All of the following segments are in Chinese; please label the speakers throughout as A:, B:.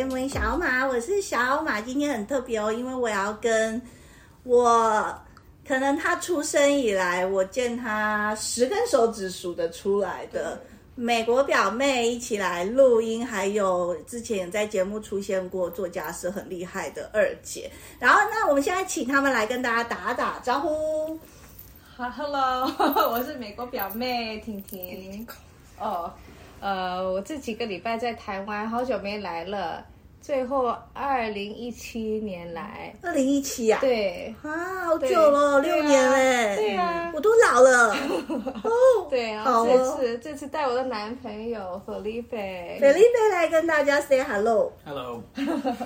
A: 成小马，我是小马。今天很特别哦，因为我要跟我可能他出生以来，我见他十根手指数得出来
B: 嗯
A: 的美国表妹一起来录音，还有之前也在节目出现过作家是很厉害的二姐。然后，那我们现在请他们来跟大家打打招呼。
B: 哈，Hello，我 是美国表妹婷婷。哦，呃，我这几个礼拜在台湾，好久没来了。最后二零一七年来，
A: 二零一七啊，
B: 对
A: 啊，好久了，
B: 对
A: 六
B: 对啊
A: 年嘞，
B: 对啊
A: 我都老 了。哦，
B: 对，然
A: 好
B: 后这
A: 哦。
B: 次这次带我的男朋友 Felipe，
A: 菲利菲来跟大家 say hello。
C: Hello.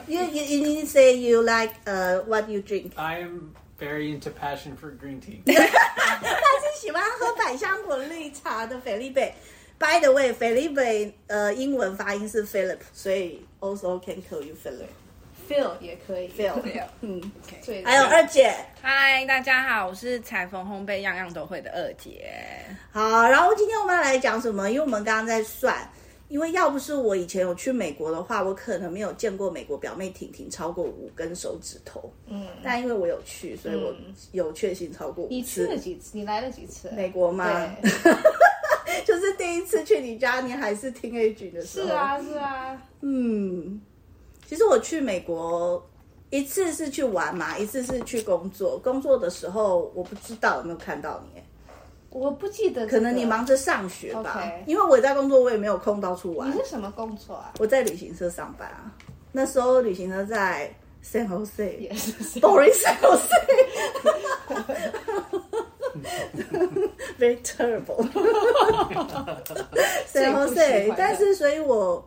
A: You you you didn't say you like uh what you drink？
C: I am very into passion for green tea.
A: 他是喜欢喝百香果绿茶的菲利贝。By the way，菲利贝呃英文发音是 Philip，所以 also can call you Philip。
B: Phil 也可以
A: Phil
B: 对
A: 嗯，
B: 对，
A: 还有二姐，
D: 嗨，大家好，我是彩虹烘焙样样都会的二姐。
A: 好，然后今天我们要来讲什么？因为我们刚刚在算，因为要不是我以前有去美国的话，我可能没有见过美国表妹婷婷超过五根手指头。嗯，但因为我有去，所以我有确信超过五
B: 你去
A: 次
B: 了。几次？你来了几次？
A: 美国吗？ 哦就是第一次去你家，你还是听 A 局的时
B: 是
A: 候。
B: 啊，是啊，
A: 嗯，其实我去美国一次是去玩嘛，一次是去工作。工作的时候我不知道有没有看到你，
B: 我不记得这个，
A: 可能你忙着上学吧。
B: OK
A: 因为我也在工作，我也没有空到处玩
B: 你。是什么工作啊？
A: 我在旅行社上班啊，那时候旅行社在 San Jose，Boring
B: 也 是
A: San Jose。Very terrible，
B: 最
A: 然
B: 不
A: 后
B: 喜
A: 对
B: 欢的，
A: 但是所以我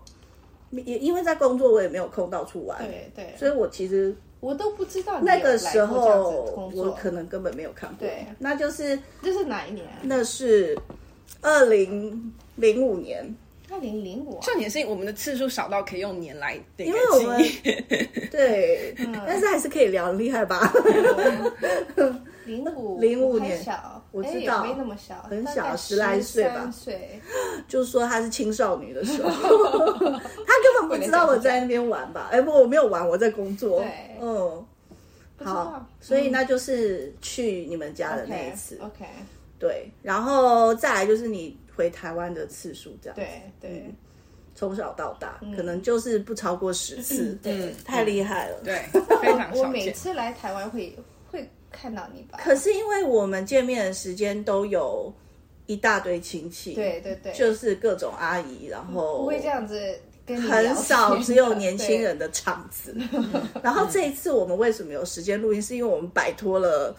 A: 也因为在工作，我也没有空到处玩，
B: 对对，
A: 所以我其实
B: 我都不知道你有
A: 那个
B: 来
A: 时
B: 过这样子的
A: 候
B: 工作
A: 我可能根本没有看过，
B: 对
A: 那就是
B: 这是哪一年啊？
A: 那是二零零五年，
B: 二零零五。啊
D: 重点是我们的次数少到可以用年来那
A: 因为我
D: 个
A: 们
D: 记忆。
A: 对，
B: 嗯
A: 但是还是可以聊，很厉害吧？
B: 零五
A: 05
B: 还
A: 年
B: 小，
A: 我
B: 哎
A: 知
B: 也
A: 道
B: 没那么小，
A: 很
B: 大
A: 小
B: 概
A: 十来岁吧
B: 13岁，
A: 就是说她是青少女的 时候，她根本不知道我在那边玩吧？哎、不，我没有玩，我在工作。
B: 对
A: 嗯，
B: 不知
A: 好
B: 道，，嗯
A: 所以那就是去你们家的那一次，
B: OK，哦
A: 对，然后再来就是你回台湾的次数，这样子
B: 对
A: 嗯
B: 嗯对，
A: 从小到大、可能就是不超过十次，
D: 嗯
A: 太厉害了。
D: 对，非常
B: 我
D: 少
B: 每
D: 见。
B: 次来台湾会会看到你吧？
A: 可是因为我们见面的时间都有一大堆亲戚，
B: 对对对，
A: 就是各种阿姨，然后
B: 不会这样子跟你
A: 很
B: 聊
A: 少，
B: 天
A: 只有
B: 的
A: 年轻人。的场子。嗯然后这一次我们为什么有时间录音，是因为我们摆脱了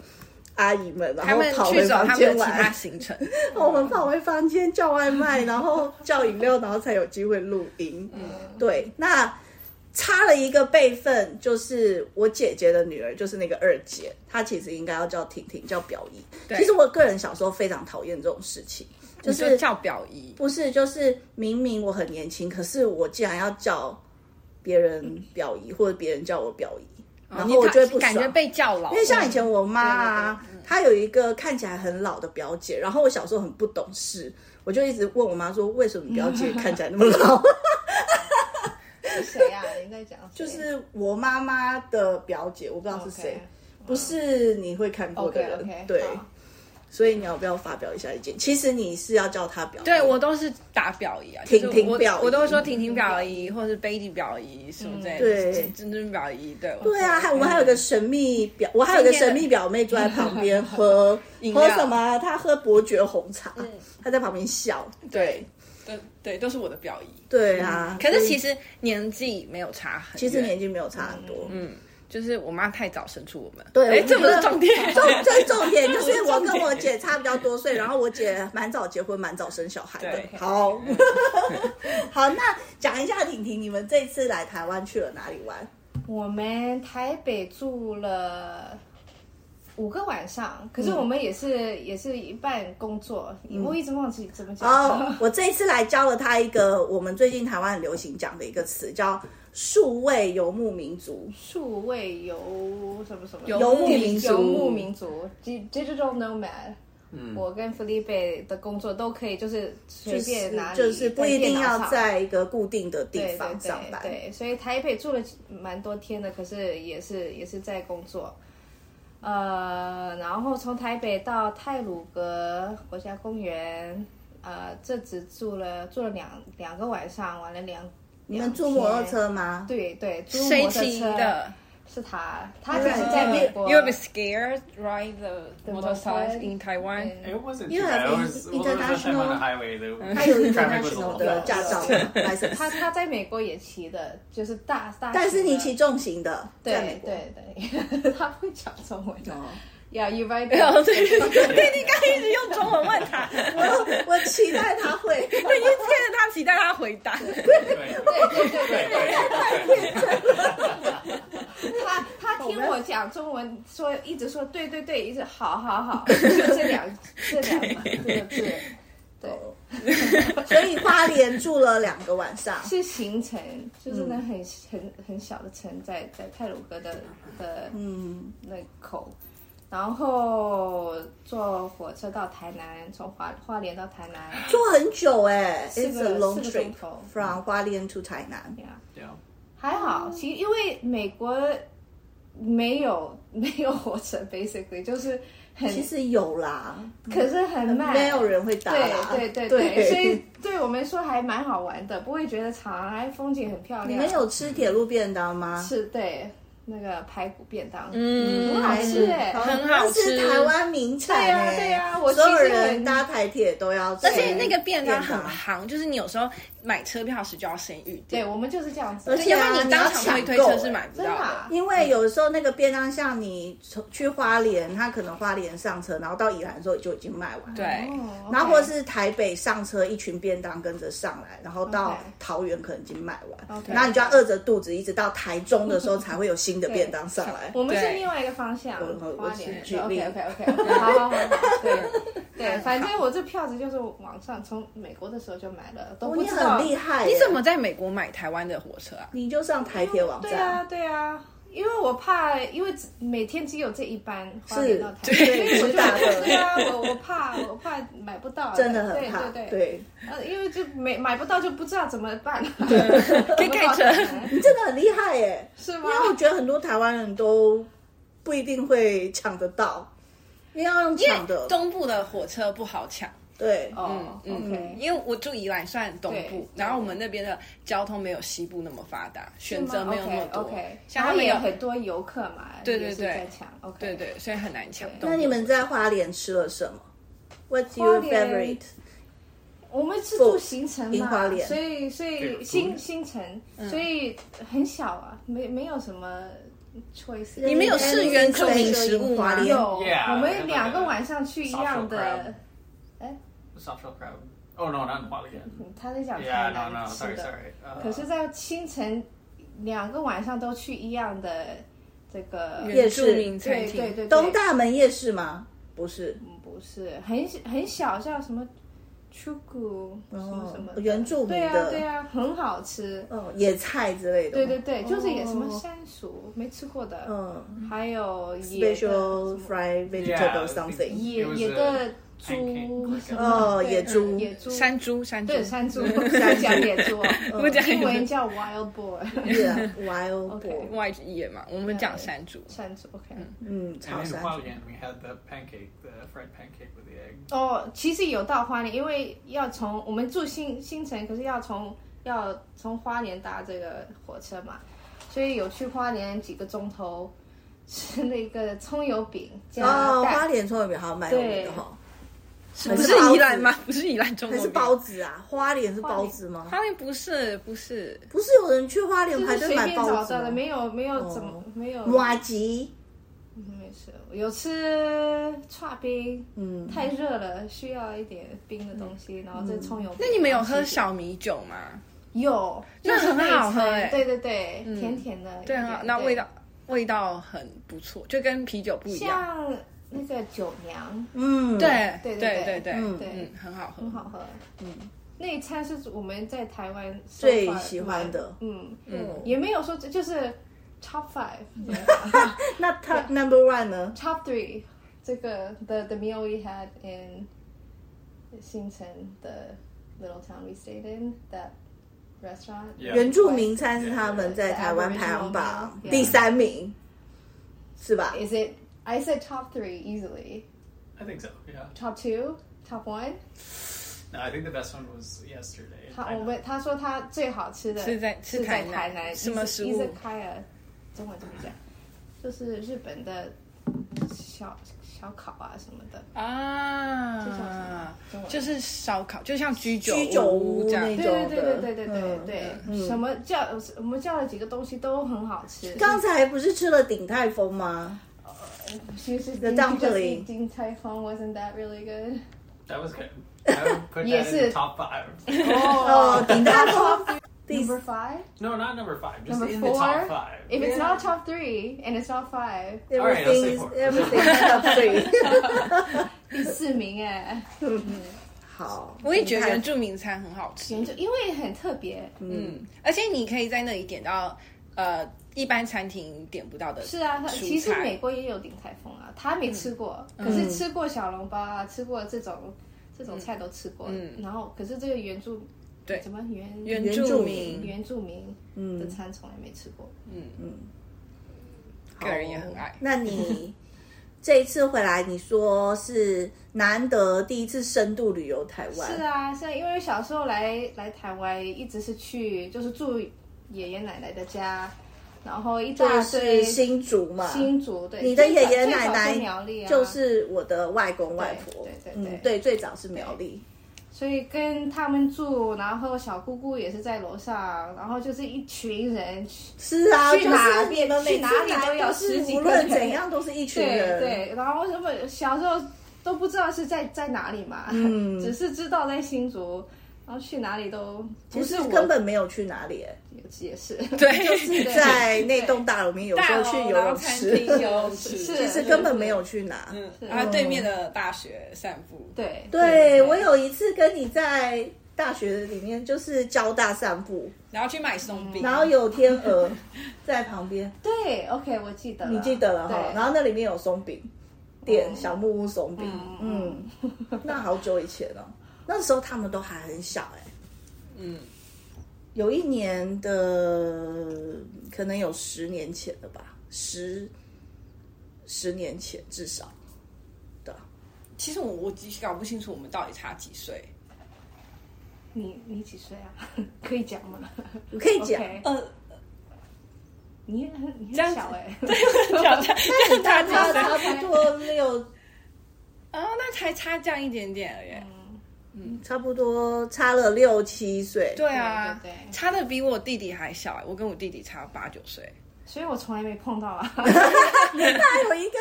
A: 阿姨们，然
D: 他
A: 后
D: 们
A: 跑
D: 去
A: 回
D: 走
A: 房
D: 他
A: 间
D: 们的其他
A: 玩。
D: 行程，
A: 我们跑回房间叫外卖，然后叫饮料，然后才有机会录音。
D: 嗯
A: 对，那差了一个辈分，就是我姐姐的女儿，就是那个二姐，她其实应该要叫婷婷，叫表姨。
D: 对
A: 其实我个人小时候非常讨厌这种事情，就
D: 就是是叫表姨。
A: 不是，就是明明我很年轻，可是我竟然要叫别人表姨，或者别人叫我表姨，然后我就会不爽。
D: 哦感觉被叫老，
A: 因为像以前我妈啊，
D: 嗯
A: 她有一个看起来很老的表姐，然后我小时候很不懂事，我就一直问我妈说，为什么表姐 看起来那么老？
B: 对是谁啊？你在讲谁？
A: 就是我妈妈的表姐，我不知道是谁
D: 嗯
A: 不是你会看过的
B: OK
A: 人
B: OK，
A: 对。所以你要不要发表一下意见？其实你是要叫她表姨，
D: 对我都是打表姨啊，
A: 婷
D: 就是
A: 婷
D: 我
A: 表姨
D: 我都会说婷婷表姨，或是 baby 表姨什么之类
A: 对
D: 的，珍珍表姨，对
A: 对啊，还我们还有个神秘表，我还有个神秘表妹坐在旁边 喝
D: 饮
A: 喝
D: 料
A: 什么啊？她喝伯爵红茶，她在旁边笑。
D: 对对对，都是我的表姨。
A: 对啊，
D: 可是
A: 所以
D: 其实年纪没有差很
A: 其
D: 远，
A: 实年纪没有差很多。嗯，
D: 嗯，就是我妈太早生出我们，
A: 对，
D: 哎，
A: 我
D: 这不
A: 觉
D: 是
A: 得
D: 重点，
A: 重 这重点 就
D: 这
A: 是
D: 不
A: 我
D: 是重
A: 跟
D: 点
A: 我姐差比较多 岁，然后我姐蛮早结婚，蛮早生小孩的。
D: 对
A: 好， 好，那讲一下婷婷，你们这次来台湾去了哪里玩？
B: 我们台北住了五个晚上，可是
A: 嗯
B: 我们也是、也是一半工作，我一直忘记怎么讲。
A: 哦，我这一次来教了他一个我们最近台湾很流行讲的一个词，叫数位游牧民族。
B: 数位游什么什么
D: 游
A: 牧民族
B: 游牧民族，digital nomad。我跟 f 利贝的工作都可以，就是随便拿，
A: 就是不一定要
B: 在
A: 在一个固定的地
B: 电脑
A: 方
B: 上
A: 上班。
B: 对对对，所以台北住了蛮多天的，可是也是也是在工作。呃，然后从台北到泰鲁阁国家公园，呃，这只住了住了两两个晚上，玩了两。
A: 你们租摩托车吗？
B: 对对，租
D: 谁
B: 摩
A: 啊
B: 托
D: 骑
B: 车
D: 的
B: 是他，他自己在美国。
D: ？You were scared ride the motorcycle in Taiwan？
B: 对
C: It wasn't
A: You
C: too bad.
A: have
C: It was, well, there was time on
A: international-
C: the highway. The
A: 还 有
C: traffic was a
A: international
C: little
A: 的
C: bad.
A: 驾照吗 license
B: 他他在美国也骑的，就是大大。
A: 但是你骑。重型的，在美
B: 对
A: 国。
B: 对对， 他会讲中文。
A: 哦
B: Yeah, you right.
D: 哦，对对 对，你刚一直用中文问他，我
A: 我我期待 他会。
D: 已经见着他，期待他回答。
B: 他他听我讲中文，说一直说对对对，一直好好好，就这两这两这个字，对，
A: 所以花莲住了两个晚上，
B: 是行程，就真的很、很很小的城在，在泰鲁格的的
A: 嗯，
B: 那口，然后坐火车到台南，从花花莲到台南，
A: 坐很久哎、i
B: 四
A: t s
B: 个
A: a long
B: 四个
A: trip
B: 钟头
A: from 花莲 to 台南。
B: 呀，
C: Yeah.
B: 还好，其实因为美国没有没有火车，basically 就是很，
A: 其实有啦，
B: 可是很慢，
A: 没有人会打啦。
B: 对对对
A: 对
B: 所 以对我们说还蛮好玩的，不会觉得长安风景很漂
A: 你
B: 亮。
A: 们有吃铁路便当吗？
B: 是对那个排骨便当，
D: 嗯
B: 很好吃哎、
D: 很好吃
A: 哦那是台湾名产
B: 对呀
A: 哎
B: 对呀我其实
A: 所有人
B: 很
A: 搭台铁都要吃。
D: 而且那个便当很夯，就是你有时候买车票时就要先预
B: 对
D: 定，
B: 我们就是这样子，啊
A: 而且
D: 要不然你当场推推车是买不
B: 真
D: 到
B: 的
D: 的
B: 啊、。
A: 因为有时候那个便当，像你从去花莲，他可能花莲上车，然后到宜兰的时候就已经卖完了。
D: 对
B: 哦
A: 然后或
B: OK
A: 是台北上车，一群便当跟着上来，然后到
B: OK
A: 桃园可能已经卖完
B: OK
A: 然后你就要饿着肚子，一直到台中的时候才会有新的便当上来。
B: 我们是
D: 对
B: 另外一个方向
A: 我我，
B: 花
A: 我
B: 莲
A: 举例
B: OK OK OK，好好好，好对对，反正我这票子就是网上从美国的时候就买了，都
A: 哦
B: 不
A: 你
B: 知道
A: 很厉害耶，
D: 你怎么在美国买台湾的火车啊？
A: 你就上台铁网
B: 对
A: 站？
B: 啊对啊，因为我怕，因为只每天只有这一班花莲到台
A: 是
B: 北，
A: 对
B: 所以我
A: 直
B: 就
A: 达的
B: 对啊，我我怕我怕买不到，
A: 真的很怕，
B: 对对对，
A: 对
B: 呃，因为就没买不到就不知道怎么办，
D: 可以盖车。
A: 你真的很厉害耶！
B: 是
A: 因
B: 吗？
A: 为我觉得很多台湾人都不一定会抢得到，因为要用
D: 因
A: 抢
D: 为
A: 的，
D: 东部的火车不好抢，
A: 对，
B: 哦
D: 嗯
B: ，OK，
D: 因为我住宜兰算东部
B: 对，
D: 然后我们那边的交通没有西部那么发达，选择没有那么多
B: o k 像
D: 像他
B: 他
D: 们
B: 们
D: 有
B: 有很多游客嘛，
D: 对对
B: 也是
D: 对
B: 在抢，OK，
D: 对对，所以很难抢
B: 对。
D: 东部
A: 那你们在花莲吃了什么？What's
B: 花
A: your
B: 莲
A: favorite？
B: 我们是住行程
A: 樱花嗯
B: 嘛，
A: 莲
B: 所以所以
C: 对
B: 新新城，所以很小啊，没没有什么 choice。
D: 你们有试原住民食物吗
A: 花莲
B: 有，
C: Yeah，
B: 我
C: 那
B: 们
C: 个
B: 两个晚上去一样的
C: Soft。The soft shell crab. Oh no, not in Hualien.
B: 嗯他在讲台
C: Yeah, no,
B: 南
C: no,
B: 吃
C: sorry,
B: 的，
C: sorry. Uh,
B: 可是，在新城两个晚上都去一样的这个，
D: 原住民餐
B: 对对
D: 厅，
B: 对，
A: 东
B: 对
A: 大门夜市吗？不是，
B: 嗯，不是很很小，叫什么出谷什么什么的
A: 哦原住民的
B: 对啊对啊，很好吃。
A: 哦，野菜之类的。
B: 对对，对，就是也
A: 哦
B: 什么山薯没吃过的，
A: 嗯
B: 还有野的
A: ，special
B: 什么
A: fried
C: Yeah,
A: vegetable something。
B: 野
C: It was
B: 野
C: a
B: 的
C: pancake,
B: 猪
C: like a-
B: 什么
A: 哦
B: 对
A: 野猪
B: 野猪
D: 山猪山猪
B: 对，山猪，不敢讲野猪哦，
D: 不讲
B: 英文叫 wild boar，
A: Yeah，wild
B: OK
A: boar。
D: 外野嘛，我们讲山猪。
B: 山猪 OK。
A: 嗯，
C: And
A: 草
C: in
A: 山。
C: Hualien, we had the pancake, the fried pancake with the egg.
B: 哦，其实有到花莲，因为要从我们住新新城，可是要从要从花莲搭这个火车嘛，所以有去花莲几个钟头，吃了一个葱油饼加
A: 哦，花
B: 蛋，
A: 莲葱油饼好像蛮有名的哈，
D: 是
A: 还
D: 不
A: 是
D: 是
A: 包子
D: 宜兰吗？不是宜兰中
A: 还
D: 国
A: 是
D: 饼
A: 包子啊？花莲是包子吗？
D: 花莲不是不是，
A: 不是有人去花莲
B: 就是
A: 排
B: 随
A: 队买
B: 便
A: 包
B: 找
A: 子
B: 到的，
A: 吗？
B: 没有没有怎么、
A: 哦
B: 没有
A: 马吉，
B: 没事，有吃串冰，
A: 嗯，
B: 太热了，需要一点冰的东西，然后这葱油饼。
D: 那你们有喝
B: 然后吃
D: 小米酒吗？
B: 有，
D: 那
B: 就是
D: 很好喝
B: 那一层
D: 哎
B: 对对对，甜甜的，
D: 对
B: 有
D: 啊，
B: 点
D: 那
B: 对
D: 味道味道很不错，就跟啤酒不一样。
B: 像那个酒酿，
A: 嗯，
D: 对
B: 对
D: 对
B: 对
D: 对
B: 对
D: 对，
A: 嗯
B: 对
D: 嗯，很好喝
B: 很。好喝。嗯，那一餐是我们在台湾
A: 最
B: so far
A: 喜欢的
B: 嗯，
A: 嗯，
B: 也没有说就是 top five，top
A: 那 top number one 呢？
B: three。这个 the the meal we had in Xinchen, the little town we stayed in, that restaurant.
C: Yeah.
A: 原住民餐是他们在台湾排行榜第三名，是吧？
B: Is it? I said top three easily.
C: I think so. Yeah.
B: Top two, top one.
C: No, I think the best one was yesterday.
B: 他
C: I
B: 我
C: know.
B: 问他说他最好吃的
D: 是在
B: 是
D: 是
B: 在
D: 台南
B: 台南
D: 什么食物
B: 伊斯开尔，中文怎么讲？就是日本的小小烤啊什么的，这叫什
D: 啊
B: 么中文？
D: 就是烧烤，就像居酒
A: 居酒
D: 屋
A: 屋
D: 这样
A: 那。
B: 对
A: 种
B: 对对
A: 的
B: 对对对
A: 嗯
B: 对对，什么叫我们叫了几个东西都很好吃。
A: 刚才不是吃了鼎泰丰吗？
B: 呃其实
A: The dumpling.
B: Ding Tai Fung wasn't that really good？
C: That was good. I would put that in the
B: Yes.
C: top five.
A: 哦，鼎泰丰第
B: Number five?
C: No, not number five. Just
B: Number
C: in
B: four?
C: the top five.
B: If
A: Yeah.
B: it's not top three and it's not five，
C: All right, I'll say
A: everything is
C: four.
A: everything is up three。
B: 第四名哎，
A: 好，
D: 我也觉
A: 鼎
D: 得
A: 泰
D: 原住民餐很好吃，
B: 原住因为很特别，
D: 嗯，而且你可以在那里点到呃一般餐厅点不到的，
B: 是啊，它
D: 蔬
B: 其实
D: 菜
B: 美国也有鼎泰丰啊，他没吃过，
D: 嗯
B: 可是吃过小笼包啊，吃过这种这种菜都吃过。
D: 嗯
B: 然后，可是这个原住
D: 对
B: 什么原
D: 原
A: 原
D: 住
A: 住
D: 民嗯
A: 民
B: 原住民
A: 嗯
B: 的餐从来没吃过。
D: 个人也很爱
A: 好。那你这一次回来，你说是难得第一次深度旅游台湾，
B: 是啊，是啊，因为小时候来来台湾，一直是去就是住爷爷奶奶的家，然后一大
A: 就
B: 堆
A: 是新竹嘛，
B: 新竹对，
A: 你的
B: 最早
A: 爷爷
B: 最早
A: 奶
B: 是苗栗
A: 奶
B: 啊，
A: 就是我的外公外婆，
B: 对对对
A: 嗯
B: 对，
A: 对，最早是苗栗，
B: 所以跟他们住，然后小姑姑也是在楼上，然后就是一群人
A: 是啊，
B: 去哪
A: 就是你们每
B: 去
A: 次
B: 哪里
A: 来
B: 都有
A: 都是
B: 十几
A: 无
B: 个
A: 论
B: 人
A: 怎样都是一群
B: 对
A: 人，
B: 对，然后什么小时候都不知道是在在哪里嘛，
A: 嗯
B: 只是知道在新竹，然后去哪里都
A: 其
B: 不是
A: 实
B: 我
A: 根本没有去哪里，哎
B: 也是
D: 对，
A: 就是 在那栋大楼里面，有时候去游
D: 大楼
A: 泳
D: 餐
A: 池
D: 厅，游泳池，
B: 是
A: 其实根本没有去哪。
B: 嗯
D: 然后对面的大学散步，
B: 对
A: 对我有一次跟你在大学里面，就是交大散步，
B: 嗯
D: 然后去买松饼，
A: 然后有天鹅在旁边，
B: 对 OK 我记得
A: 你记得了哈？
B: 对
A: 然后那里面有松饼店，
B: 嗯
A: 小木屋松饼，嗯，那好久以前哦，那时候他们都还很小哎、
D: 嗯，
A: 有一年的可能有十年前了吧，十十年前至少，对啊，
D: 其实我我搞不清楚我们到底差几岁，
B: 你你几岁啊？ 可以讲 吗？
A: 我可以讲。
B: OK
D: 呃，
B: 你也很你
D: 这样
B: 很
D: 子
B: 小哎、
D: 讲差
A: 那你大
D: 差
A: 他
D: 几岁？
A: 差不多六，
D: 啊，那才差这样一点点而已。
B: 嗯
A: 差不多差了六七岁。
D: 对啊，
B: 对对对
D: 差的比我弟弟还小、我跟我弟弟差八九岁。
B: 所以我从来没碰到 啊。
A: 那有一个，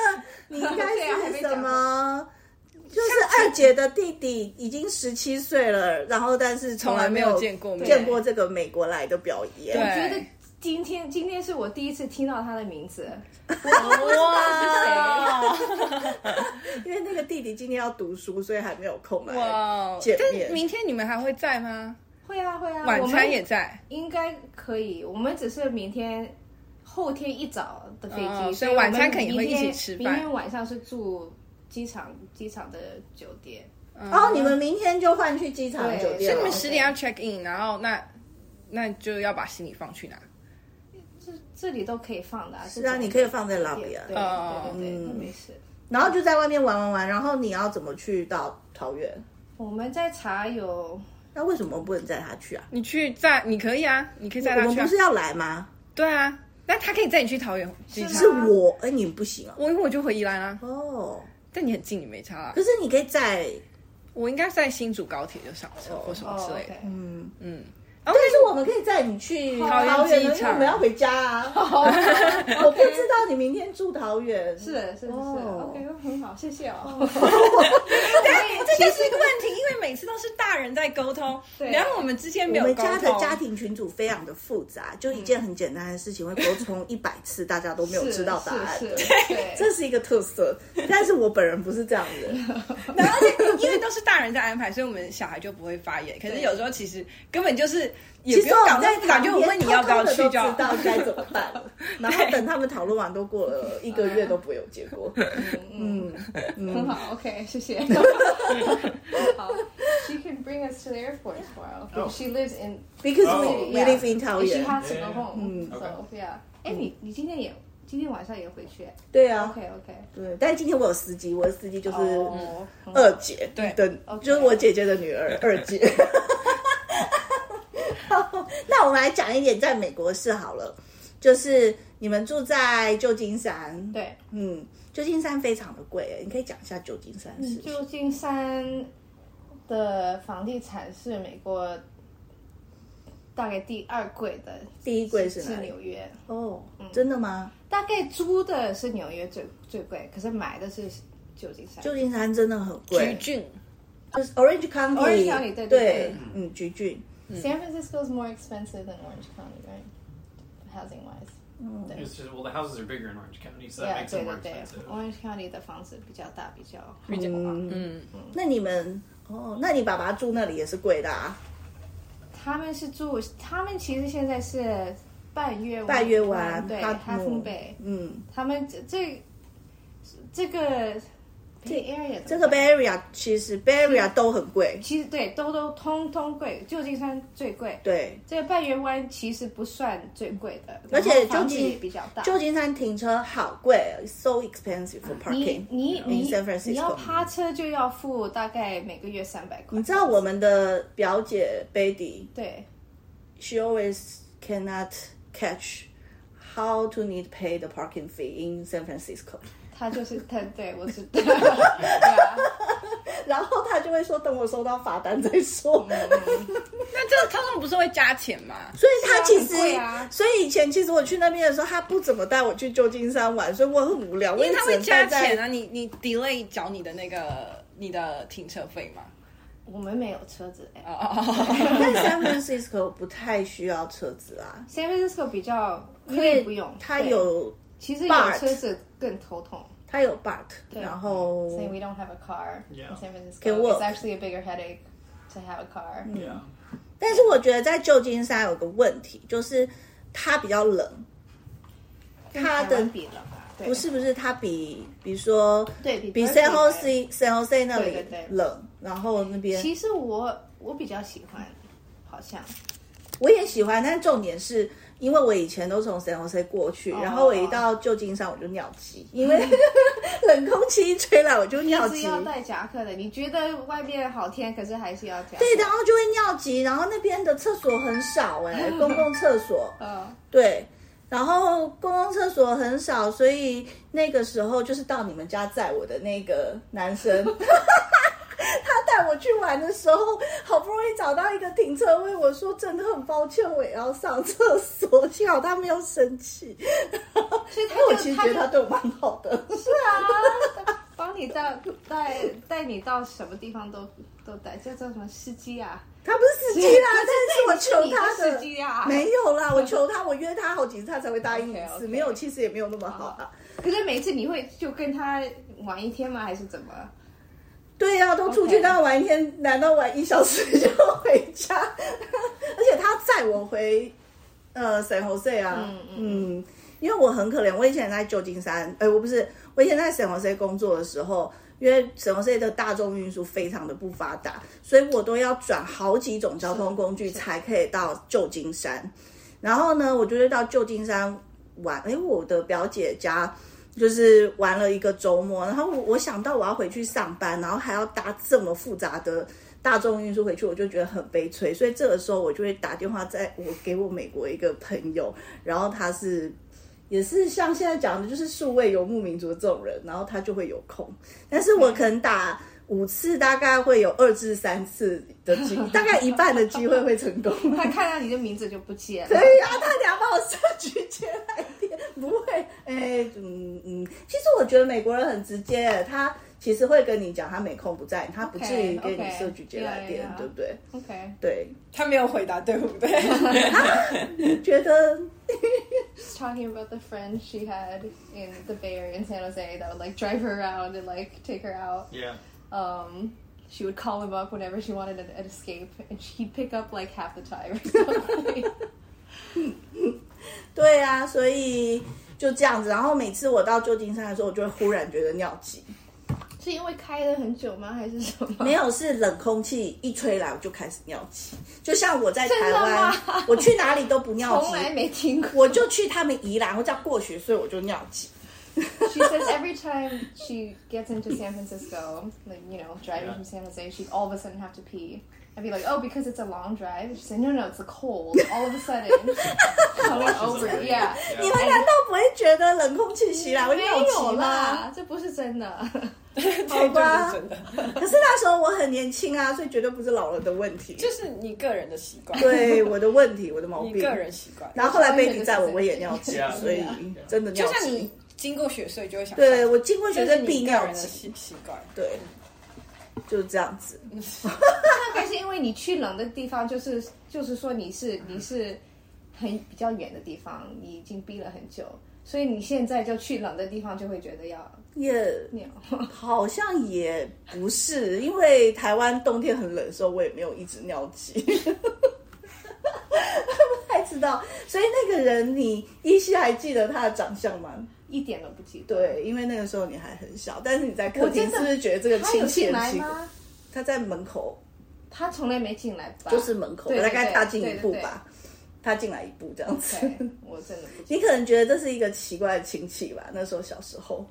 A: 你应该是什么？就是二姐的弟弟已经十七岁了，然后但是从来没
D: 从来
A: 有
D: 没有见过面
A: 见过这个美国来的表演。
B: 我
D: 对
B: 觉得今天今天是我第一次听到他的名字，
D: 哇
A: 因为那个弟弟今天要读书，所以还没有空来。
D: 哇！
A: 见面
D: 但明天你们还会在吗？
B: 会啊会啊，
D: 晚
B: 我
D: 餐
B: 们
D: 也在，
B: 应该可以，我们只是明天。后天一早的飞机，
D: 哦所以
B: 我们
D: 晚餐肯定会
B: 明天
D: 一起吃饭
B: 明天晚上是住机场机场的酒店，
A: 哦，你们明天就换去机场
B: 对
A: 酒
D: 所
A: 店
D: 以你
A: 了
D: 们。十点要
A: 啊
D: check in，然后那那就要把行李放去哪？
B: 这这里都可以放的、啊。是
A: 是啊，你可以放在 lobby 啊
B: 对
D: 哦
B: 对对对，那没事。
A: 然后就在外面玩玩玩。然后你要怎么去到桃园？
B: 我们在查有
A: 那为什么不能载他去啊？
D: 你去载，你可以啊，你可以载
A: 我
D: 他
A: 们
D: 去、啊
A: 不。是要来吗？
D: 对啊，那他可以载你去桃园机场。
A: 是我，哎，你不行啊。
D: 我因为我就回宜兰啊，
A: 哦，
D: 但你很近，你没差啊
A: 可。是你可以载，
D: 我应该在新竹高铁就上车或什么
B: 哦
D: 之类的。
B: ，OK，
A: 嗯，
D: 嗯，
A: 但是我们可以载你去
D: 桃园
A: 桃园的，
D: 机
A: 因为
D: 场
A: 我们要回家啊。
B: 哦
A: 我不知道你明天住桃园，
B: 是是是是
A: 哦
B: ，OK，很好，谢谢哦。
D: 对，这就是一个问题，因为每次都是大人在沟通，
B: 对
D: 然后我们之间没
A: 我
D: 有
A: 们
D: 沟通。
A: 家的家庭群组非常的复杂，就一件很简单的事情会沟通一百次，大家都没有知道答 案
B: 是
A: 的
B: 是。对，
A: 这是一个特色，但是我本人不是这样的 人。
D: 然后而且因为都是大人在安排，所以我们小孩就不会发言。可是有时候其实根本就是 也不
A: 其实
D: 用
A: 我
D: 搞
A: 们在
D: 那么早
A: 旁
D: 就
A: 边
D: 问你要不要去
A: 偷偷
D: 就好
A: 地都知道该怎么办 了，然后等他们讨论完都过了一个月都不会有结 果。 嗯
B: 很好，OK，谢谢。好，She can bring us to the airport tomorrow.
C: Oh.
B: She lives in
A: ，because
C: Oh.
A: we we live in
B: and she
A: Taoyuan。
B: has to go
C: Yeah.
B: home.
C: Okay.
B: So yeah. 哎，你你今天也今天晚上也回去
A: 对啊，
B: ？OK OK。
A: 对，但今天我有司机，我的司机就是
B: 哦，
A: 二姐，
D: 对
A: 的，
B: OK
A: 就是我姐姐的女 儿，二姐。 好那我们来讲一点在美国的事好了，就是你们住在旧金山，，
B: 对，
A: 嗯，旧金山非常的贵，欸你可以讲一下旧金山的事情。
B: 旧金山的房地产是美国大概第二贵的，
A: 第一贵是
B: 是
A: 哪里？
B: 纽约。
A: 哦，
B: 嗯
A: 真的吗？
B: 大概租的是纽约最最贵，可是买的是旧金山。
A: 旧金山真的很
D: 橘
A: 贵，
D: 郡
A: 就是 Orange
B: Orange
A: County，
B: County，对对对
A: 对，嗯，橘郡，
B: San Francisco is more expensive than Orange County, right? Housing wise.
C: It's just, well, the houses are bigger in Orange County, so that
B: Yeah,
C: makes them
B: 对
C: more
B: 对对
C: expensive.
B: ，Orange County 的房子比较大，比较
D: 比较
B: 嗯，
D: 嗯，
A: 那你们哦，那你爸爸住那里也是贵的啊？
B: 他们是住，他们其实现在是半月湾
A: 半月湾，
B: 嗯对
A: Half
B: ，Half
A: Moon
B: Moon Bay，
A: 嗯。
B: 他们这这这个这 area
A: 这个 Bay Area 其实 Bay Area 都很贵，
B: 其实对都都通通贵，旧金山最贵，
A: 对，
B: 这个半月湾其实不算最贵的，
A: 而且
B: 然后房子
A: 旧金
B: 也比较大。
A: 旧金山停车好贵，so expensive for
B: 你
A: parking。
B: 你
A: in
B: 你
A: San Francisco
B: 你要趴车就要付大概每个月三百块。
A: 你知道我们的表姐 Betty，
B: 对
A: she always cannot catch how to need pay the parking fee in San Francisco，
B: 他就是他，对我知道。 对啊
A: 然后她就会说等我收到罚单再说。
B: 嗯
D: 那这个通常不是会加钱吗？
A: 所以她其实
B: 是啊很贵，啊
A: 所以以前其实我去那边的时候，她不怎么带我去旧金山玩，所以我很无聊，我
D: 因
A: 也
D: 为他
A: 只
D: 会
A: 能
D: 加
A: 待
D: 钱
A: 在。
D: 啊，你你 delay 缴你的那个你的停车费嘛？
B: 我们没有车子哎、
D: 哦哦哦，
A: 但 San Francisco 不太需要车子啊，
B: s a n Francisco 比较
A: 因
B: 可以
A: 为
B: 不用，
A: 它
B: 对
A: 有
B: 其实有
A: BART
B: 车子更头痛。
A: 它有 BART，
B: 对
A: 然后
B: Say we don't have a car
C: Yeah.
B: in San Francisco.
A: Can work.
B: It's actually a bigger headache to have a car.
C: Yeah.
A: 但是我觉得在旧金山有个问题，就是它比较冷，
B: 跟
A: 它的
B: 台湾比了吧？对
A: 不是不是它比比如说
B: 对比
A: 比
B: Berkeley
A: San
B: 还
A: Jose San Jose 那
B: 对
A: 里
B: 对对
A: 冷，然后那边
B: 其实我我比较喜欢，好像
A: 我也喜欢，但重点是因为我以前都从 San Jose 过去，
B: 哦
A: 然后我一到旧金山我就尿急，因为 冷空气一吹来我就尿
B: 是
A: 急。
B: 要带夹克的。你觉得外面好天，可是还是要夹克。
A: 对，然后就会尿急，然后那边的厕所很少哎、 公共厕所。
B: 嗯，
A: 对，然后公共厕所很少，所以那个时候就是到你们家载我的那个男生， 他带我去玩的时候，好不容易找到一个停车位，我说真的很抱歉，我也要上厕所， 幸好他没有生气，
B: 所以他
A: 因为我
B: 就
A: 其实
B: 他
A: 觉得
B: 就
A: 他对我蛮好 的。
B: 啊，帮你到带带你到什么地方都都带，叫做什么司机啊？
A: 他不是司机 啦，但是我求他
B: 是你的司机啊
A: 没有啦，我求他，我约他好几次他才会答应一次
B: OK，OK
A: 没有其实也没有那么好啦。
B: 可是每次你会就跟他玩一天吗？还是怎么？
A: 对呀、都出去
B: OK
A: 那玩一天，难道玩一小时就回家？而且他载我回呃 San Jose 啊，
B: 嗯
A: 嗯因为我很可怜，我以前在旧金山，哎、我不是，我以前在 San Jose 工作的时候。因为 San Jose 的大众运输非常的不发达，所以我都要转好几种交通工具
B: 是
A: 才可以到旧金山。然后呢，我就是到旧金山玩，哎，我的表姐家就是玩了一个周末，然后我我想到我要回去上班，然后还要搭这么复杂的大众运输回去，我就觉得很悲催。所以这个时候我就会打电话在，我给我美国一个朋友，然后他是也是像现在讲的，就是数位游牧民族的这种人，然后他就会有空，但是我可能打。五次大概会有二至三次的机，大概一半的机会会成功。
B: 他看到你的名字就不见了
A: 可。以啊，他俩把我设局接来电，不会，哎、嗯嗯，其实我觉得美国人很直接，他其实会跟你讲他没空不在，他不至于给你
B: OK，OK，
A: 设局接来电
B: yeah，yeah
A: 对不对？
B: OK，
A: 对，
D: 他没有回答对不对？
A: 觉得
B: just talking about the friend she had in the Bay Area in San Jose that would like drive her around and like take her out.
C: Yeah.
B: Um, she would call him up whenever she wanted an, an escape, and he'd pick up like half the time or something.
A: 对啊，所以就这样子。然后每次我到旧金山的时候，我就会忽然觉得尿急。
B: 是因为开了很久吗？还是什么？
A: 没有，是冷空气一吹来，我就开始尿急。就像我在台
B: 真的
A: 湾
B: 吗，
A: 我去哪里都不尿急
B: 从，来没听过。
A: 我就去他们宜兰，我只要过雪，所以我就尿急。
B: She says every time she gets into San Francisco, like you know, driving
C: Yeah.
B: from San Jose, she'd all of a sudden have to pee. I'd be like, "Oh, because it's a long drive." She said, "No, no, it's the cold." All of a sudden, coming
C: Washes
B: Oh, over,
C: away.
B: yeah.
A: 你
C: Yeah.
A: 们难道不会觉得冷空气袭
B: 嗯
A: 来会尿急吗？
B: ah, 没有啦，这不是真的。
A: 好吧
D: 这就是真的，
A: 可是那时候我很年轻啊，所以绝对不是老人的问题，
D: 就是你个人的习惯，
A: 对我的问题，我的毛
D: 你
A: 病。
D: 个人习惯。
A: 然后后来 baby 在我，我 也尿急
C: Yeah.，
A: 所以真的尿
D: 啊就
A: 急。
D: 像你经过雪隧就会想上，
A: 对我经过
D: 这
A: 绝
D: 是
A: 对
D: 你
A: 必
D: 个
A: 尿
D: 人的
A: 急，
D: 习习惯。
A: 对，就是这样子。
B: 大概是因为你去冷的地方，就是-就是说你是-你是很-比较远的地方，你已经逼了很久，所以你现在就去冷的地方，就会觉得要尿。
A: 也、好像也不是，因为台湾冬天很冷的时候，我也没有一直尿急。 不太知道，所以那个人你依稀还记得他的长相吗？
B: 一点都不记得。
A: 对，因为那个时候你还很小，但是你在客
B: 我
A: 厅
B: 真的
A: 是不是觉得这个亲切很奇怪？
B: 他有进来吗？
A: 他在门口，
B: 他从来没进来吧？
A: 就是门口，
B: 对，
A: 大概
B: 对，
A: 踏进一
B: 对，
A: 步
B: 对，
A: 吧，他进来一步这样子。
B: 对，我真的不记得。
A: 你可能觉得这是一个奇怪的亲戚吧？那时候小时 候，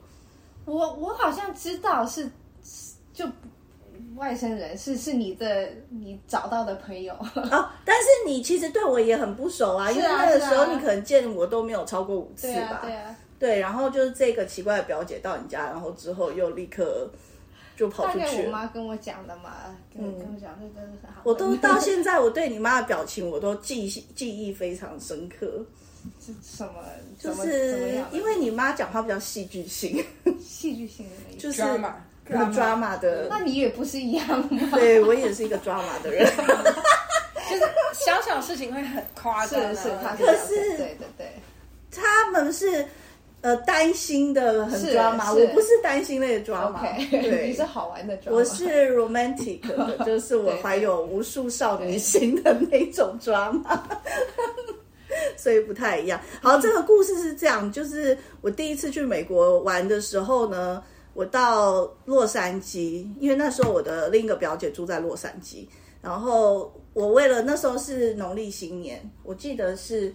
B: 我我好像知道是是就外省人是是你的你找到的朋友，
A: 哦，但 是你其实对我也很不熟啊，因为
B: 是啊
A: 那个时候
B: 是啊
A: 你可能见我都没有超过五次
B: 对
A: 吧。
B: 啊对啊，
A: 对然后就是这个奇怪的表姐到你家，然后之后又立刻就跑
B: 大
A: 出
B: 概
A: 去
B: 我
A: 了。嗯
B: 妈跟我讲的嘛，跟、跟我讲这真的 是好，
A: 我都到现在，我对你妈的表情我都记记忆非常深刻，
B: 是什么
A: 就
B: 怎么怎么
A: 是
B: 样的
A: 因为你妈讲话比较戏剧性，
B: 戏剧性的那一种，
A: 就是
D: drama，
A: 一个 drama 的。
B: 那你也不是一样吗？
A: 对我也是一个 drama 的人，
D: 就是小小事情会很夸
B: 是
D: 张 啊，
B: 是，他
A: 可
B: 是
A: 是
B: 对对对，
A: 他们是呃担心的很
B: 是
A: drama，
B: 是
A: 我不是担心类的 drama，
B: OK，你
A: 对
B: 是。好玩的妆，
A: 我是 romantic 的，就是我怀有无数少女心的那种 drama，所以不太一样。好，这个故事是这样，就是我第一次去美国玩的时候呢，我到洛杉矶，因为那时候我的另一个表姐住在洛杉矶，然后我为了那时候是农历新年，我记得是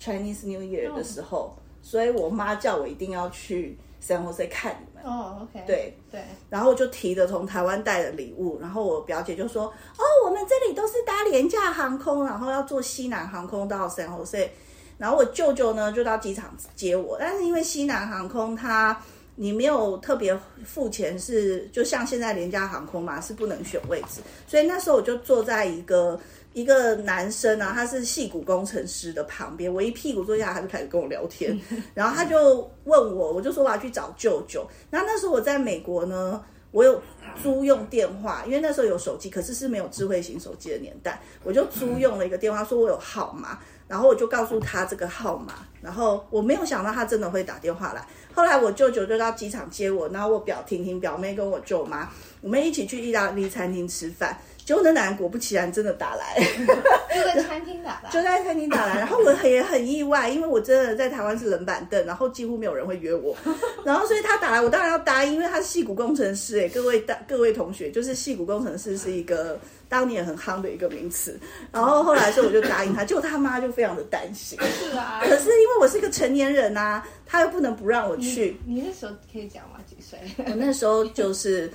A: Chinese New Year 的时候，所以我妈叫我一定要去 San Jose 看你们。
B: 哦 OK
A: 对
B: 对，
A: 然后我就提着从台湾带的礼物，然后我表姐就说：“哦，我们这里都是搭廉价航空，然后要坐西南航空到 San Jose。”然后我舅舅呢就到机场接我，但是因为西南航空它你没有特别付钱是，就像现在廉价航空嘛是不能选位置，所以那时候我就坐在一个一个男生啊，他是戏骨工程师的旁边，我一屁股坐下来，他就开始跟我聊天，然后他就问我，我就说我要去找舅舅。那那时候我在美国呢，我有租用电话，因为那时候有手机，可是是没有智慧型手机的年代，我就租用了一个电话，说我有号码，然后我就告诉他这个号码，然后我没有想到他真的会打电话来。后来我舅舅就到机场接我，然后我表婷婷、表妹跟我舅妈，我们一起去意大利餐厅吃饭。结果那男人果不其然真的打来，
B: 就在餐厅打的啊，
A: 就在餐厅打来，然后我也很意外，因为我真的在台湾是冷板凳，然后几乎没有人会约 我，然后所以他打来，我当然要答应，因为他是戏骨工程师哎、各位大各位同学，就是戏骨工程师是一个当年很夯的一个名词，然后后来所以我就答应他，结果他妈就非常的担心，
B: 是啊，
A: 可是因为我是一个成年人啊，他又不能不让我去，
B: 你那时候可以讲吗？几 岁？
D: 嗯
A: 我那时候就是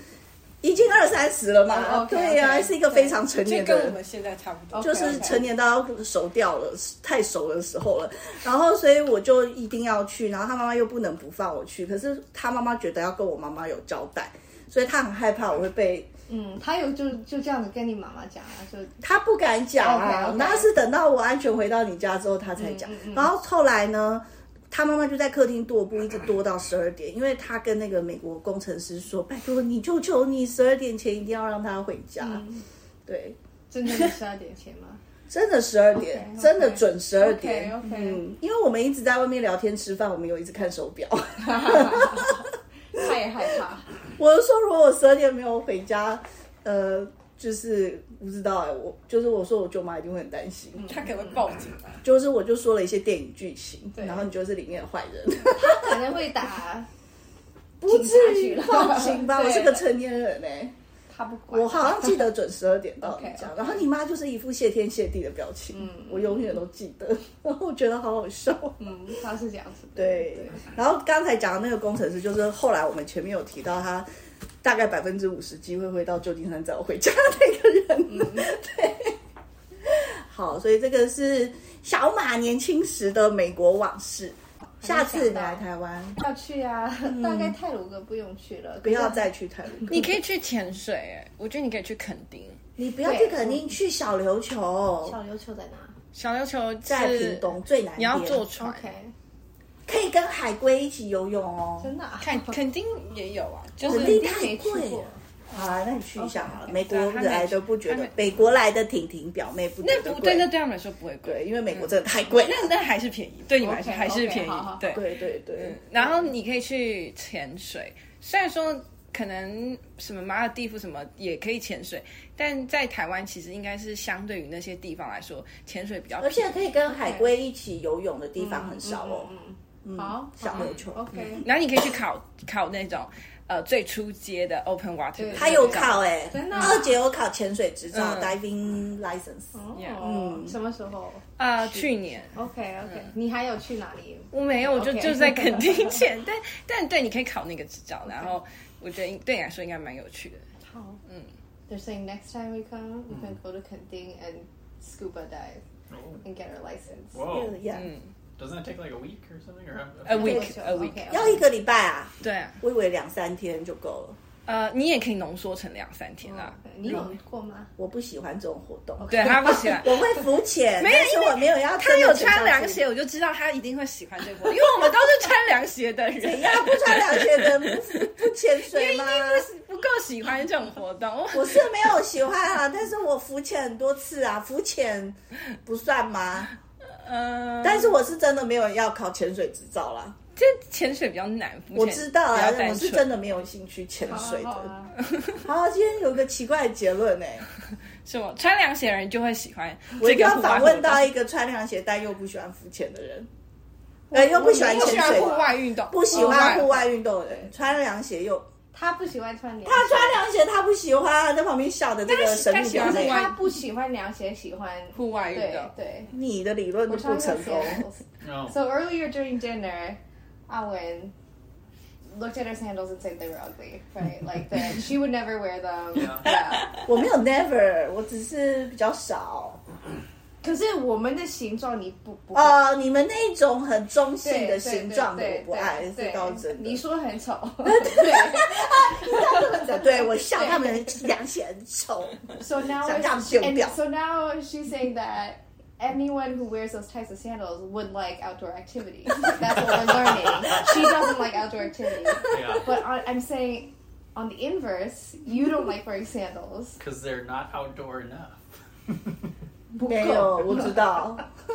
A: 已经二三十了嘛，
B: 哦，OK，
A: 对呀、
B: OK，
A: 是一个非常成
D: 就
A: 年的
D: 跟
A: 人
D: 我。们现在差不多。
A: 就是成年到熟掉了，太熟的时候了。然后，所以我就一定要去。然后他妈妈又不能不放我去，可是他妈妈觉得要跟我妈妈有交代，所以他很害怕我会被。
B: 嗯，他有就就这样子跟你妈妈讲啊，就
A: 他不敢讲啊
B: OK，OK
A: 那是等到我安全回到你家之后，他才讲。
B: 嗯嗯嗯
A: 然后后来呢，他妈妈就在客厅踱步，一直踱到十二点，因为他跟那个美国工程师说：“拜托你，就求你十二点前一定要让他回家。
B: 嗯
A: 对，
B: 真的是十二点前 吗？
A: 真的十二点
B: OK，OK
A: 真的准十二点。
B: OK，OK
A: 嗯，因为我们一直在外面聊天吃饭，我们有一直看手表。
B: 他也害怕，
A: 我就说如果我十二点没有回家，呃，就是不知道哎、我就是我说我舅妈一定会很担心，
D: 嗯
E: 他可能会报警啊。
A: 就是我就说了一些电影剧情，
E: 对
A: 然后你就是里面的坏人，
B: 可能会打，
A: 不至
B: 警
A: 于
B: 察局了
A: 报警吧？
E: 对
A: 我是个成年人哎、
B: 他不管。
A: 我好像记得准十二点到你
E: OK，OK
A: 家，然后你妈就是一副谢天谢地的表情，我永远都记得， 然后我觉得好好笑。
B: 嗯，他是这样子的。
A: 对，然后刚才讲的那个工程师，就是后来我们前面有提到他。大概百分之五十机会会到旧金山载我回家的那个人，
D: 嗯
A: 对，好，所以这个是小马年轻时的美国往事。下次你来台湾，
B: 要去啊，大概泰鲁格不用去了，
A: 不要再去泰鲁格，
D: 你可以去潜水、哎，我觉得你可以去垦丁。
A: 你不要去垦丁，去小琉球，
B: 小琉球在哪
D: 小琉球是
A: 在屏东，最南边，
D: 你要坐船。
B: ？OK，
A: 可以跟海龟一起游泳哦。
B: 真的啊
D: 看，肯定也有啊，就
A: 肯
D: 是
A: 定
B: 肯
A: 太
B: 定没去
A: 贵
B: 过
A: 了。好啊，那你去一下好了。
D: OK，OK，
A: 美国
D: 对啊他
A: 来
D: 没
A: 都不觉
D: 他
A: 得
D: 没，
A: 美国来的婷婷表妹不觉
D: 那
A: 得
D: 不
A: 贵
D: 对，那对他们来说不会贵，
A: 对，因为美国真的太贵了。
D: 嗯那那还是便宜，对你们来说
B: OK，
D: 还是
B: OK，
D: 便宜
B: 好好。
D: 对，嗯
A: 对对对，
D: 然后你可以去潜水，虽然说可能什么马尔地夫什么也可以潜水，但在台湾其实应该是相对于那些地方来说，潜水比较
A: 而
D: 便宜。
A: 且可以跟海
D: 嗯
A: 龟一起游泳的地方很少哦。
B: 嗯，嗯好，
A: 小
B: 好
A: 琉球
B: OK，
D: 然后你可以去考考那种呃最初阶的 open water，
B: 对
D: 的
A: 他有考哎，
B: 真的啊
A: 二姐有考潜水执照
D: 嗯
A: （diving license）。
B: 哦，什么时候
D: 呃去年。
B: ？OK OK，你还有去哪里？
D: 我 没有，我就
B: OK
D: 就在垦丁潜，但但对，你可以考那个执照，然后我觉得对你来说应该蛮有趣 的。
B: 好，嗯，They're Mm saying next time we come, we can go to Kenting and scuba dive and get our license.
C: Whoa.
A: Yeah，
D: 嗯
C: Doesn't it take like a week or something? Or a,
D: ，a week
B: 对
D: a week，
B: OK，
A: 要一个礼拜啊，
D: 对啊，
A: 我以为两三天就够了。
D: 呃，你也可以浓缩成两三天啦。
A: 哦
B: 你有过吗？
A: 我不喜欢这种活动，
D: 对他不喜欢，
A: 我会浮潜，
D: 没有
A: 但是我没有要
D: 他
A: 真
D: 有
A: 的潜下去。
D: 穿凉鞋，我就知道他一定会喜欢这个活动，因为我们都是穿凉鞋的人，
A: 怎样不穿凉鞋的人不不潜水吗？
D: 不够喜欢这种活动。
A: 我是没有喜欢啊，但是我浮潜很多次啊，浮潜不算吗？
D: 嗯，
A: 但是我是真的没有要考潜水执照啦，
D: 这潜水比较难，浮
A: 我
D: 潜
A: 知道
D: 比
A: 啊
D: 较，单
A: 我是
D: 纯
A: 真的没有兴趣潜
B: 好
A: 水
B: 啊好
A: 的。
B: 啊
A: 好今天有一个奇怪的结论呢、欸
D: 什么穿凉鞋的人就会喜欢
A: 我
D: 这
A: 一定
D: 个
A: 要
D: 户外
A: 访
D: 活
A: 问到
D: 动，
A: 一个穿凉鞋但又不喜欢浮潜的人，呃，又不喜欢
D: 不
A: 潜
D: 喜欢
A: 水
D: 户
A: 的，
D: 外运动，
A: 不喜欢户外运动的人，穿凉鞋又
B: 他不喜欢穿凉
A: 他
B: 鞋，
A: 穿凉鞋，他不喜欢，在旁边笑的这个
D: 但是
A: 神
D: 他
A: 秘
D: 喜
A: 表
D: 欢
A: 妹
D: 户外
B: 他不喜欢凉鞋，喜欢
D: 户外运
B: 对
D: 动。
B: 对。
A: 你的理论就
B: 我
A: 不
B: 穿
A: 成
B: 凉
A: 功。
B: 鞋。
C: No.
B: So earlier during dinner, Awen looked at her sandals and said they were ugly, right? Like that she would never wear them.
C: Yeah.
B: Yeah.
A: 我没有 never，我只是比较少。
B: 可是我们的形状你不不
A: 呃，你们那种很中
B: 对
A: 性的形状的我
B: 对
A: 不爱，
B: 对
A: 是高真
B: 你
A: 的。
B: 说很丑，对。
A: 对我笑他们凉鞋很丑，
B: So now
A: 想让
B: and
A: 他们丢掉。
B: so now she's saying that. Anyone who wears those types of sandals would like outdoor activities. That's what we're learning. She doesn't like outdoor activities.
C: Yeah.
B: But on, I'm saying, on the inverse, you don't like wearing sandals.
C: Because they're not outdoor enough.
A: 没有，我知道。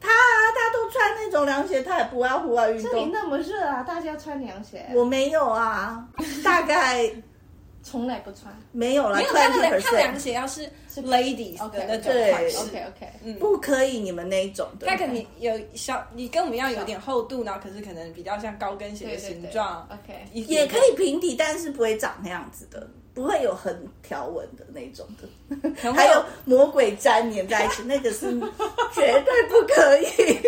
A: 他啊他都穿那种凉鞋，他也不爱户外运
B: 这里
A: 动。
B: 那么热啊，大家穿凉鞋，
A: 我没有啊，大概
B: 从来不穿。
A: 没有啦
D: 没有他的
A: twenty
D: 凉，他凉
A: percent
D: 鞋要是 ladies 的
B: OK，
D: 那种
A: 对
D: 款式，
B: OK OK，
A: 不可以，你们那一种的。
D: 它可能有小，你跟我们一样有点厚度，然后可是可能比较像高跟鞋
B: 对
D: 的
B: 对
D: 形
B: 对
D: 状，
B: OK，
D: 一
A: 也可以平底，但是不会长那样子的，不会有横条纹的那种的。
D: 能会
A: 还
D: 有
A: 有魔鬼粘粘在一起，那个是绝对不可以。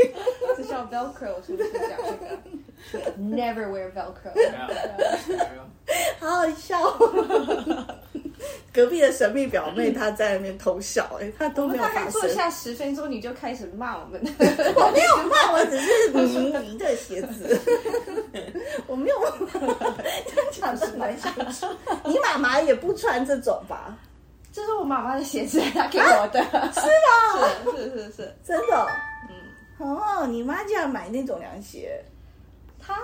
B: 这叫 Velcro 是不是讲这个？Never wear Velcro。
C: Yeah. There you go.
A: 好好笑、 哦。隔壁的神秘表妹她在那边偷笑、哎，她都没有
B: 大
A: 发
B: 概
A: 生
B: 坐。下十分钟，你就开始骂我们。
A: 我没有骂，我只是迷你的鞋子。 我没有骂，讲的蛮清楚。你妈妈也不穿这种吧？
B: 这是我妈妈的鞋子，她给我的。是吗？是是是是，
A: 真的哦？哦，你妈竟然买那种凉鞋。
B: 她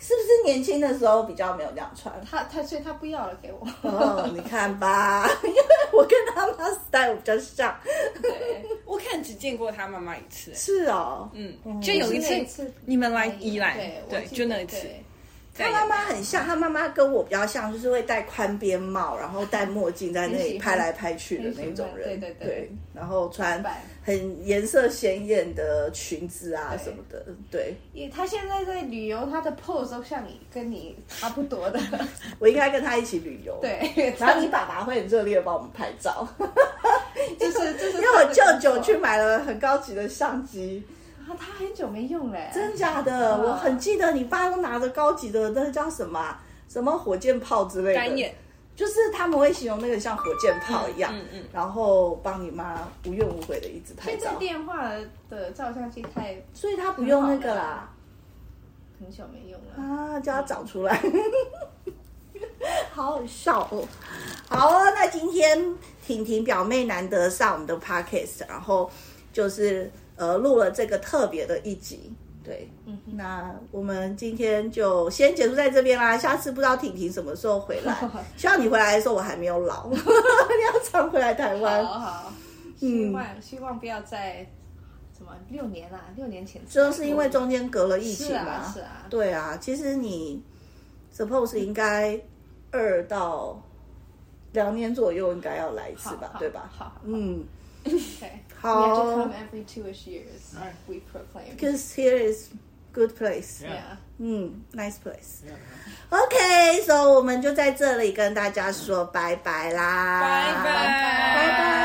A: 是不是年轻的时候比较没有这样穿？
B: 她她，所以她不要了给我。
A: 哦，你看吧， 因为我跟他妈 style 比较像。
B: 对，
D: 我可能只见过他妈妈一次，
A: 是哦，
D: 嗯，就有一
B: 是那
D: 次你们来宜兰
B: 对，我
D: 对，
B: 记
D: 就
B: 得
D: 那一次，
B: 对
D: 在
A: 他妈妈很像，他妈妈跟我比较像，就是会戴宽边帽，然后戴墨镜，在那
B: 很喜
A: 里
B: 欢
A: 拍来拍去的那种
B: 很喜欢对
A: 人。
B: 对对
A: 然后穿
B: 白
A: 很颜色鲜艳的裙子啊
B: 对
A: 什么的，对
B: 也他现在在旅游，他的 pose 都像你跟你差不多 的，
A: 我应该跟他一起旅游。，
B: 对，
A: 然后你爸爸会很热烈的帮我们拍 照，
B: 就是就是
A: 因为我舅
B: 他的工作
A: 舅去，买了很高级的相机，
B: 啊他很久没用了，
A: 真的假的？
B: 嗯
A: 我很记得你爸都拿着高级的，那叫什么啊、什么火箭炮之类的，
D: 干眼，
A: 就是他们会形容那个像火箭炮一样，
D: 嗯嗯嗯
A: 然后帮你妈无怨无悔的一直拍
B: 现在
A: 照，
B: 电话的照相机太
A: 所以他不用那个啦，
B: 很久没用了。
A: 啊，叫他找出 来，好好笑哦。好哦，那今天婷婷表妹难得上我们的 podcast，然后就是呃录了这个特别的一集，对，
B: 嗯哼
A: 那我们今天就先结束在这边啦。下次不知道婷婷什么时候回 来，希望你回来的时候我还没有老， 你要常回来台湾。
B: 好好，希望、
A: 嗯
B: 希望不要再什么六年啊，六年前
A: 就是因为中间隔了疫情嘛，
B: 嗯是啊是啊
A: 对啊，其实你 suppose 应该二到两年左右应该要来一次吧
B: 好，好
A: 对吧？
B: 好好
A: 嗯
B: Okay.
A: How-
B: We have to come every two-ish years.
C: Right.
B: We proclaim.
A: ，because here is good place，
C: Yeah.
B: Yeah.
A: 嗯，nice place。
C: Yeah.
A: OK，so、我们就在这里跟大家说拜拜啦，
D: 拜拜
A: 拜拜。